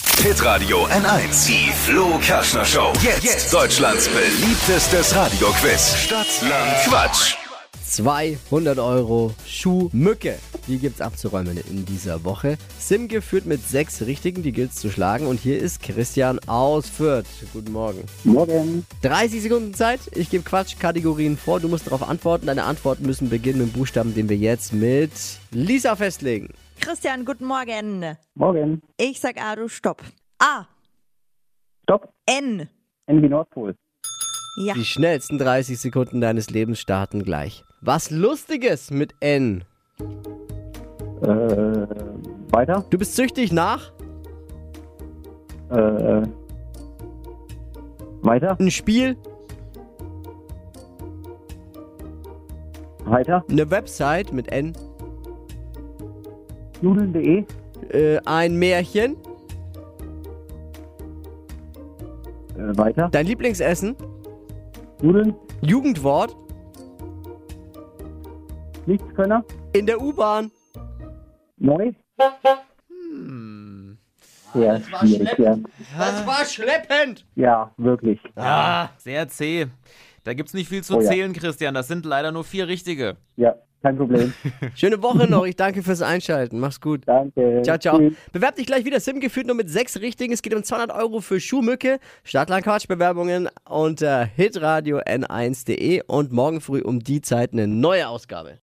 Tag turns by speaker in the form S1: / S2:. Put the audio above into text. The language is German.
S1: Hitradio N1. Die Flo Kaschner Show. Jetzt. Deutschlands beliebtestes Radioquiz. Stadt, Land, Quatsch.
S2: 200 Euro Schuhmücke. Die gibt's abzuräumen in dieser Woche. Simke führt mit sechs Richtigen, die gilt's zu schlagen. Und hier ist Christian aus Fürth. Guten Morgen.
S3: Morgen.
S2: 30 Sekunden Zeit. Ich gebe Quatschkategorien vor. Du musst darauf antworten. Deine Antworten müssen beginnen mit dem Buchstaben, den wir jetzt mit Lisa festlegen.
S4: Christian, guten Morgen.
S3: Morgen.
S4: Ich sag A, du stopp. A,
S3: Stopp.
S4: N.
S3: N wie Nordpol.
S4: Ja,
S2: Die schnellsten 30 Sekunden deines Lebens starten gleich. Was Lustiges mit N.
S3: Äh, weiter.
S2: Du bist süchtig nach
S3: Äh, weiter.
S2: ein Spiel,
S3: Weiter.
S2: eine Website mit N,
S3: Nudeln.de.
S2: äh, ein Märchen,
S3: Äh, weiter.
S2: dein Lieblingsessen,
S3: Nudeln.
S2: Jugendwort,
S3: Nichtskönner.
S2: in der U-Bahn.
S3: Neu.
S2: Hm.
S3: Sehr schwierig, ja.
S2: Das war schleppend.
S3: Ja, wirklich.
S5: Ah, sehr zäh. Da gibt's nicht viel zu
S3: Oh ja.
S5: zählen, Christian. Das sind leider nur vier richtige.
S3: Ja, kein Problem.
S2: Schöne Woche noch. Ich danke fürs Einschalten. Mach's gut.
S3: Danke.
S2: Ciao, ciao.
S3: Tschüss.
S2: Bewerb dich gleich wieder. Sim gefühlt nur mit sechs Richtigen. Es geht um 200 Euro für Schuhmücke. äh, Stadtland Quatschbewerbungen unter hitradio n1.de und morgen früh um die Zeit eine neue Ausgabe.